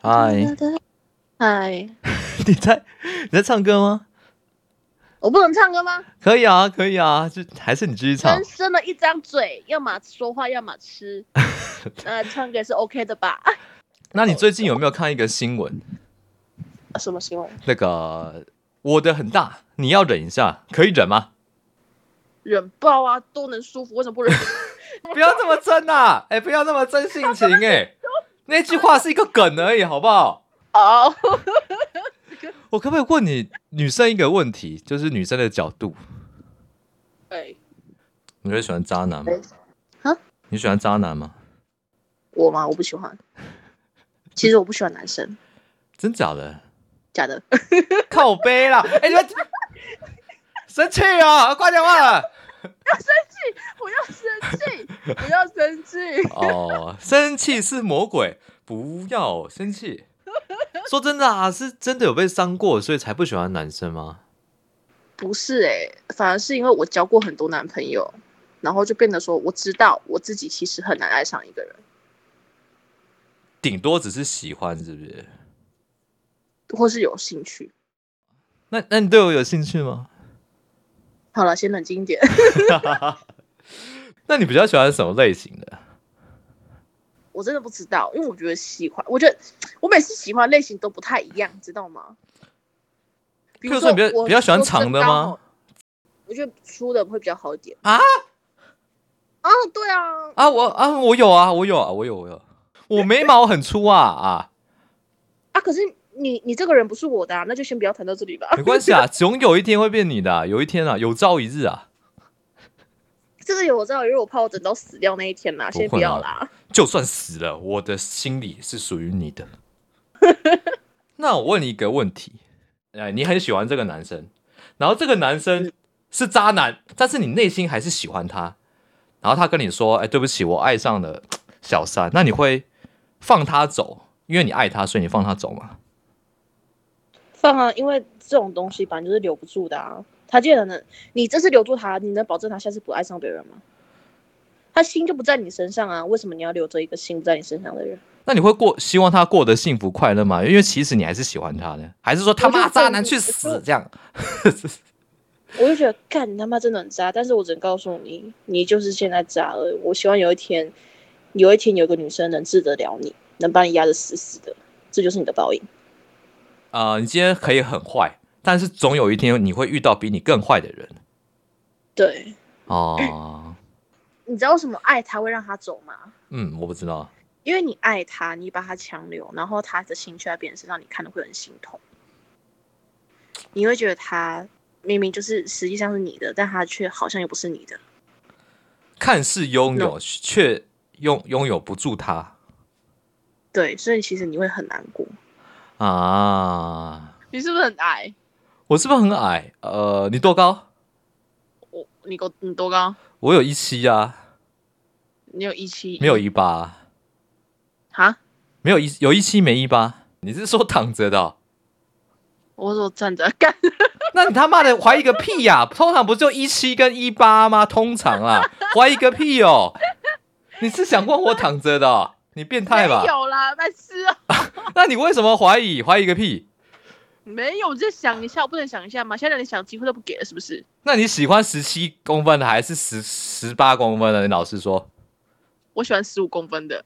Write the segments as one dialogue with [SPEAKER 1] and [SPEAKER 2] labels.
[SPEAKER 1] 嗨，
[SPEAKER 2] 嗨，
[SPEAKER 1] 你在你在唱歌吗？
[SPEAKER 2] 我不能唱歌吗？
[SPEAKER 1] 可以啊，可以啊，就还是你继续唱
[SPEAKER 2] 人。生的一张嘴，要么说话，要么 吃，那唱歌也是 OK 的吧？
[SPEAKER 1] 那你最近有没有看一个新闻？
[SPEAKER 2] 啊什么新闻？
[SPEAKER 1] 那个我的很大，你要忍一下，可以忍吗？
[SPEAKER 2] 忍爆啊，都能舒服，为什么不忍？
[SPEAKER 1] 不要这么真啊！ 哎、不要这么真性情哎、那句话是一个梗而已，好不好？
[SPEAKER 2] 哦，
[SPEAKER 1] 我可不可以问你女生一个问题，就是女生的角度，
[SPEAKER 2] 哎，
[SPEAKER 1] 你会喜欢渣男吗
[SPEAKER 2] 哎？啊？
[SPEAKER 1] 你喜欢渣男吗？
[SPEAKER 2] 我吗？我不喜欢。其实我不喜欢男生，
[SPEAKER 1] 真假的？
[SPEAKER 2] 假 的。
[SPEAKER 1] 靠背啦！哎、你们 生气啊！快点忘了。
[SPEAKER 2] 不要生气， 不要生气。
[SPEAKER 1] 哦，生气是魔鬼，不要生气。 说真的啊，是真的有被伤过，所以才不喜欢男生吗？
[SPEAKER 2] 不是哎、反而是因为我交过很多男朋友，然后就变得说，我知道我自己其实很难爱上一个人，
[SPEAKER 1] 顶多只是喜欢，是不是？
[SPEAKER 2] 或是有兴趣。
[SPEAKER 1] 那那你对我有兴趣吗？
[SPEAKER 2] 好了，先冷静一点。
[SPEAKER 1] 那你比较喜欢什么类型的？
[SPEAKER 2] 我真的不知道，因为我觉得喜欢，我觉得我每次喜欢类型都不太一样，知道吗？比
[SPEAKER 1] 譬如说你比较
[SPEAKER 2] 我
[SPEAKER 1] 比较喜欢长的吗？
[SPEAKER 2] 我身高我觉得粗的会比较好一点
[SPEAKER 1] 啊
[SPEAKER 2] 啊，对啊，
[SPEAKER 1] 啊，我啊，我有啊，我有啊，我有，我有。我眉毛很粗啊啊，
[SPEAKER 2] 啊，可是你你这个人不是我的、啊，那就先不要谈到这里吧。
[SPEAKER 1] 没关系啊，总有一天会变你的啊、有一天啊，有朝一日啊，
[SPEAKER 2] 这个有我知道，因为我怕我等到死掉那一天啦，
[SPEAKER 1] 不
[SPEAKER 2] 先不
[SPEAKER 1] 会
[SPEAKER 2] 要
[SPEAKER 1] 啊
[SPEAKER 2] 啦。
[SPEAKER 1] 就算死了，我的心里是属于你的。那我问你一个问题，哎，你很喜欢这个男生，然后这个男生是渣男，但是你内心还是喜欢他，然后他跟你说：“哎，对不起，我爱上了小三。”那你会放他走，因为你爱他，所以你放他走吗？
[SPEAKER 2] 放啊，因为这种东西反正就是留不住的啊。他既然能，你这次留住他，你能保证他下次不爱上别人吗？他心就不在你身上啊，为什么你要留着一个心不在你身上的人？
[SPEAKER 1] 那你会过希望他过得幸福快乐吗？因为其实你还是喜欢他的，还是说他
[SPEAKER 2] 我
[SPEAKER 1] 妈
[SPEAKER 2] 就
[SPEAKER 1] 渣
[SPEAKER 2] 愤
[SPEAKER 1] 男
[SPEAKER 2] 怒
[SPEAKER 1] 去
[SPEAKER 2] 我
[SPEAKER 1] 死
[SPEAKER 2] 就
[SPEAKER 1] 这样？
[SPEAKER 2] 我就觉得，干你他妈真的很渣。但是我只能告诉你，你就是现在渣了。我希望有一天，有一天有个女生能治得了你，能把你压得死死的，这就是你的报应。
[SPEAKER 1] 啊，你今天可以很坏，但是总有一天你会遇到比你更坏的人。
[SPEAKER 2] 对，
[SPEAKER 1] 哦，
[SPEAKER 2] 你知道为什么爱他会让他走吗？
[SPEAKER 1] 嗯，我不知道。
[SPEAKER 2] 因为你爱他，你把他强留，然后他的心却在别人身上，你看的会很心痛。你会觉得他明明就是实际上是你的，但他却好像又不是你的。
[SPEAKER 1] 看似拥有，却拥拥有不住他
[SPEAKER 2] 对，所以其实你会很难过。
[SPEAKER 1] 啊！
[SPEAKER 2] 你是不是很矮？
[SPEAKER 1] 我是不是很矮？呃，你多高？
[SPEAKER 2] 我你够你多高？
[SPEAKER 1] 我有一七啊，
[SPEAKER 2] 你有一七？
[SPEAKER 1] 没有一八，
[SPEAKER 2] 哈？
[SPEAKER 1] 没有一有一七没一八。你是说躺着的哦、
[SPEAKER 2] 我说站着干，
[SPEAKER 1] 那你他妈的怀疑个屁呀、通常不就一七跟一八吗？通常啦，怀疑个屁哦！你是想问我躺着的哦、你变态吧
[SPEAKER 2] 没？有啦，白痴啊，
[SPEAKER 1] 那你为什么怀疑？怀疑个屁！
[SPEAKER 2] 没有，我就想一下，我不能想一下吗？现在连想机会都不给了，是不是？
[SPEAKER 1] 那你喜欢十七公分的还是十十八公分的？你老实说，
[SPEAKER 2] 我喜欢十五公分的，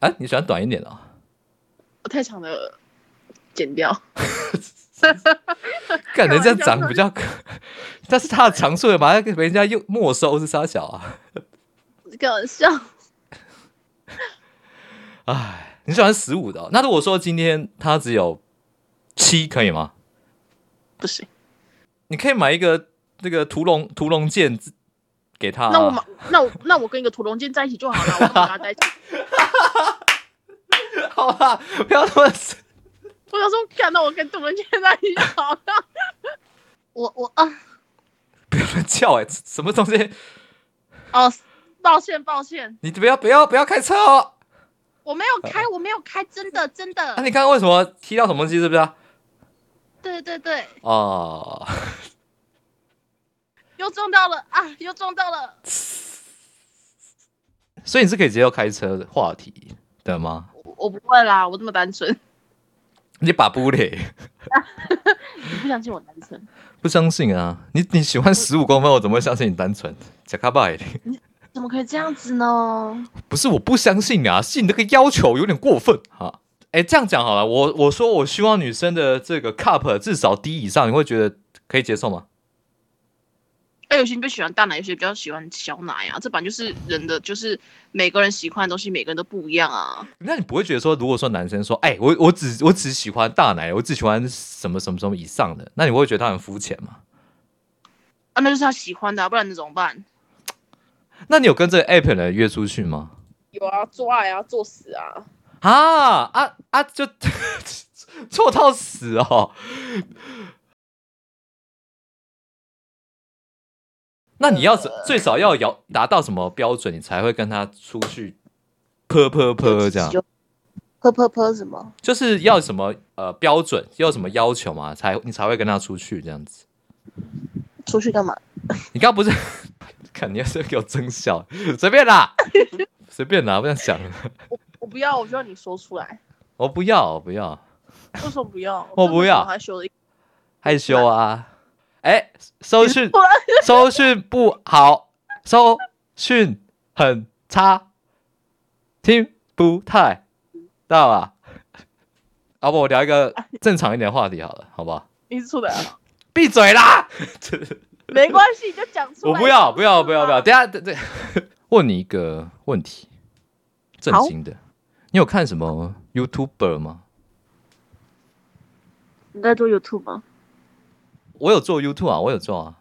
[SPEAKER 1] 啊，你喜欢短一点的哦？
[SPEAKER 2] 我太长的剪掉。
[SPEAKER 1] 看人家
[SPEAKER 2] 开玩笑
[SPEAKER 1] 长比较， 但是他的长处也把它给人家又没收是啥小啊？
[SPEAKER 2] 开玩笑，
[SPEAKER 1] 唉，你喜欢十五的哦、那如果说今天他只有七，可以吗？
[SPEAKER 2] 不行。
[SPEAKER 1] 你可以买一个那个屠龙屠龙剑给他、啊。
[SPEAKER 2] 那我马，那我那我跟一个屠龙剑在一起就好了，我跟他 在一起。
[SPEAKER 1] 好啦， 不要那么。
[SPEAKER 2] 我想说，看到我跟屠龙剑在一起就好了。 我我啊
[SPEAKER 1] 不要乱叫哎、什么东西？
[SPEAKER 2] 哦，抱歉抱歉，
[SPEAKER 1] 你不要不要不要开车哦！啊
[SPEAKER 2] 我没有开，我没有开，真的真的
[SPEAKER 1] 那、。你刚刚为什么踢到什么东西？是不是啊？
[SPEAKER 2] 对对对，
[SPEAKER 1] 哦，
[SPEAKER 2] 又撞到了啊，又撞到了。
[SPEAKER 1] 所以你是可以接受开车的话题的吗？
[SPEAKER 2] 我我不会啦，我这么单纯。
[SPEAKER 1] 你把不嘞？
[SPEAKER 2] 你不相信我单纯，
[SPEAKER 1] 不相信啊！你你喜欢十五公分，我怎么会相信你单纯？假卡拜，
[SPEAKER 2] 怎么可以这样子呢？
[SPEAKER 1] 不是我不相信啊，是你这个要求有点过分啊！哎，这样讲好了，我我说我希望女生的这个 cup 至少低以上，你会觉得可以接受吗？
[SPEAKER 2] 哎，有些人就喜欢大奶，有些比较喜欢小奶啊，这本来就是人的，就是每个人喜欢的东西，每个人都不一样啊。
[SPEAKER 1] 那你不会觉得说，如果说男生说，哎、我我只我只喜欢大奶，我只喜欢什么什么什么以上的，那你会觉得他很肤浅吗？
[SPEAKER 2] 啊，那就是他喜欢的、啊，不然能怎么办？
[SPEAKER 1] 那你有跟这个 app 的人约出去吗？
[SPEAKER 2] 有啊，做爱啊，作死啊，
[SPEAKER 1] 啊啊啊！就 错到死哦。那你要是最少要要达到什么标准，你才会跟他出去泼泼泼这样？
[SPEAKER 2] 就泼泼泼什么？
[SPEAKER 1] 就是要什么呃标准，要什么要求嘛，才你才会跟他出去这样子。
[SPEAKER 2] 出去干嘛？
[SPEAKER 1] 你刚刚不是， 看你要是给我真笑，随便啦，随便啦，不想想了，
[SPEAKER 2] 我不要，我就要你说出来。
[SPEAKER 1] 我不要，我不要，
[SPEAKER 2] 为什么不要？
[SPEAKER 1] 我不要
[SPEAKER 2] 我还修了一
[SPEAKER 1] 害羞啊！哎、收讯 收讯不好，收讯很差，听不太到啊。要不我聊一个正常一点的话题好了，好不好？
[SPEAKER 2] 你出来啊，
[SPEAKER 1] 闭嘴啦！
[SPEAKER 2] 没关系，你就讲出
[SPEAKER 1] 我
[SPEAKER 2] 来。
[SPEAKER 1] 不要，不要，不要，不要！等一下，等等， 问你一个问题，震
[SPEAKER 2] 好
[SPEAKER 1] 惊的，你有看什么 YouTuber 吗？
[SPEAKER 2] 你在做 YouTube 吗？
[SPEAKER 1] 我有做 YouTube 啊，我有做啊。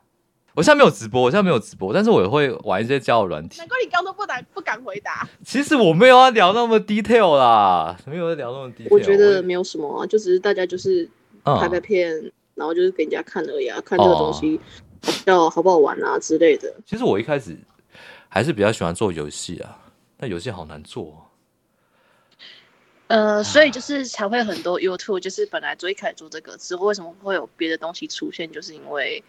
[SPEAKER 1] 我现在没有直播，我现在没有直播，但是我也会玩一些交友软体
[SPEAKER 2] 难。怪你刚都不敢不敢回答。
[SPEAKER 1] 其实我没有要聊那么 detail 啦，没有要聊那么 detail。
[SPEAKER 2] 我觉得没有什么啊，就只是大家就是
[SPEAKER 1] 嗯
[SPEAKER 2] 拍拍片，然后就是给人家看而已啊，看这个
[SPEAKER 1] 哦
[SPEAKER 2] 东西要好不好玩啊之类的。
[SPEAKER 1] 其实我一开始还是比较喜欢做游戏啊，但游戏好难做、哦。
[SPEAKER 2] 呃，所以就是才会很多 YouTube，就是本来最开始做这个，之后为什么会有别的东西出现，就是因为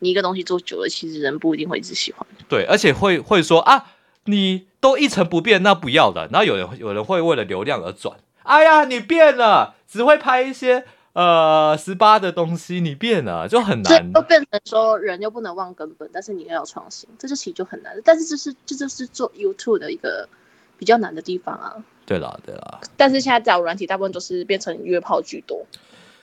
[SPEAKER 2] 你一个东西做久了，其实人不一定会一直喜欢。
[SPEAKER 1] 对，而且会会说啊，你都一成不变，那不要了。然后有人有人会为了流量而转，哎呀，你变了，只会拍一些呃十八的东西，你变了就很
[SPEAKER 2] 这
[SPEAKER 1] 难
[SPEAKER 2] 又。变成说人又不能忘根本，但是你又要创新，这就其实就很难。但是这是这就是做 YouTube 的一个比较难的地方啊。
[SPEAKER 1] 对啦，对啦，
[SPEAKER 2] 但是现在在我软体大部分都是变成约炮居多，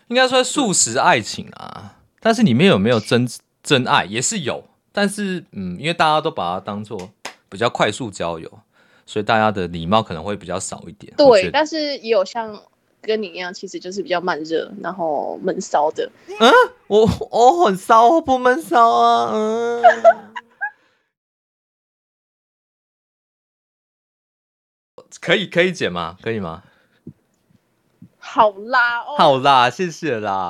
[SPEAKER 1] 应该说素食爱情啊，但是里面有没有真真爱也是有，但是嗯，因为大家都把它当做比较快速交友，所以大家的礼貌可能会比较少一点。我
[SPEAKER 2] 对，
[SPEAKER 1] 觉得
[SPEAKER 2] 但是也有像跟你一样，其实就是比较慢热，然后闷骚的。
[SPEAKER 1] 我我很骚，我不闷骚啊，嗯。可以可以剪吗？可以吗？
[SPEAKER 2] 好啦，哦，
[SPEAKER 1] 好啦，谢谢啦。